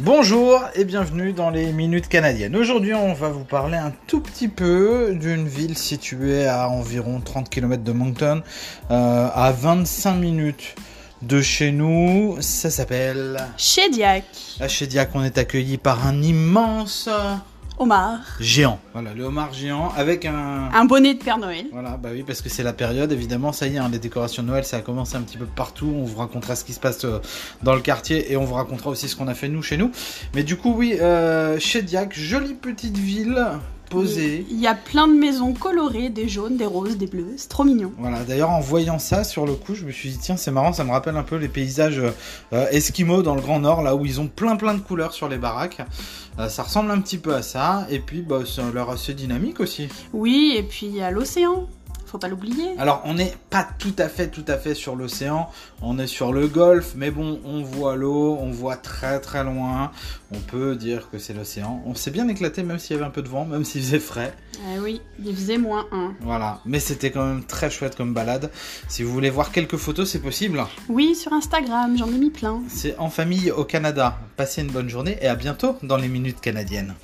Bonjour et bienvenue dans les Minutes Canadiennes. Aujourd'hui, on va vous parler un tout petit peu d'une ville située à environ 30 km de Moncton, euh, à 25 minutes de chez nous. Ça s'appelle. Chez Diac, À Chédiac, on est accueilli par un immense Omar, géant. Voilà, le homard géant avec un. un bonnet de Père Noël. Voilà, bah oui, parce que c'est la période, évidemment, ça y est, hein, les décorations de Noël, ça a commencé un petit peu partout, on vous racontera ce qui se passe euh, dans le quartier et on vous racontera aussi ce qu'on a fait nous, chez nous. Mais du coup, oui, euh, chez Diac, jolie petite ville, posée. Il y a plein de maisons colorées, des jaunes, des roses, des bleus, c'est trop mignon. Voilà, d'ailleurs, en voyant ça, sur le coup, je me suis dit, tiens, c'est marrant, ça me rappelle un peu les paysages euh, euh, esquimaux dans le Grand Nord, là où ils ont plein plein de couleurs sur les baraques. Euh, ça ressemble un petit peu à ça, et puis, bah, ça a l'air assez dynamique aussi. Oui, et puis il y a l'océan, faut pas l'oublier. Alors, on n'est pas tout à fait, tout à fait sur l'océan. On est sur le golfe, mais bon, on voit l'eau, on voit très très loin. On peut dire que c'est l'océan. On s'est bien éclaté, même s'il y avait un peu de vent, même s'il faisait frais. Eh oui, il faisait moins un. Voilà. Mais c'était quand même très chouette comme balade. Si vous voulez voir quelques photos, c'est possible. Oui, sur Instagram, j'en ai mis plein. C'est en famille au Canada. Passez une bonne journée et à bientôt dans les minutes canadiennes.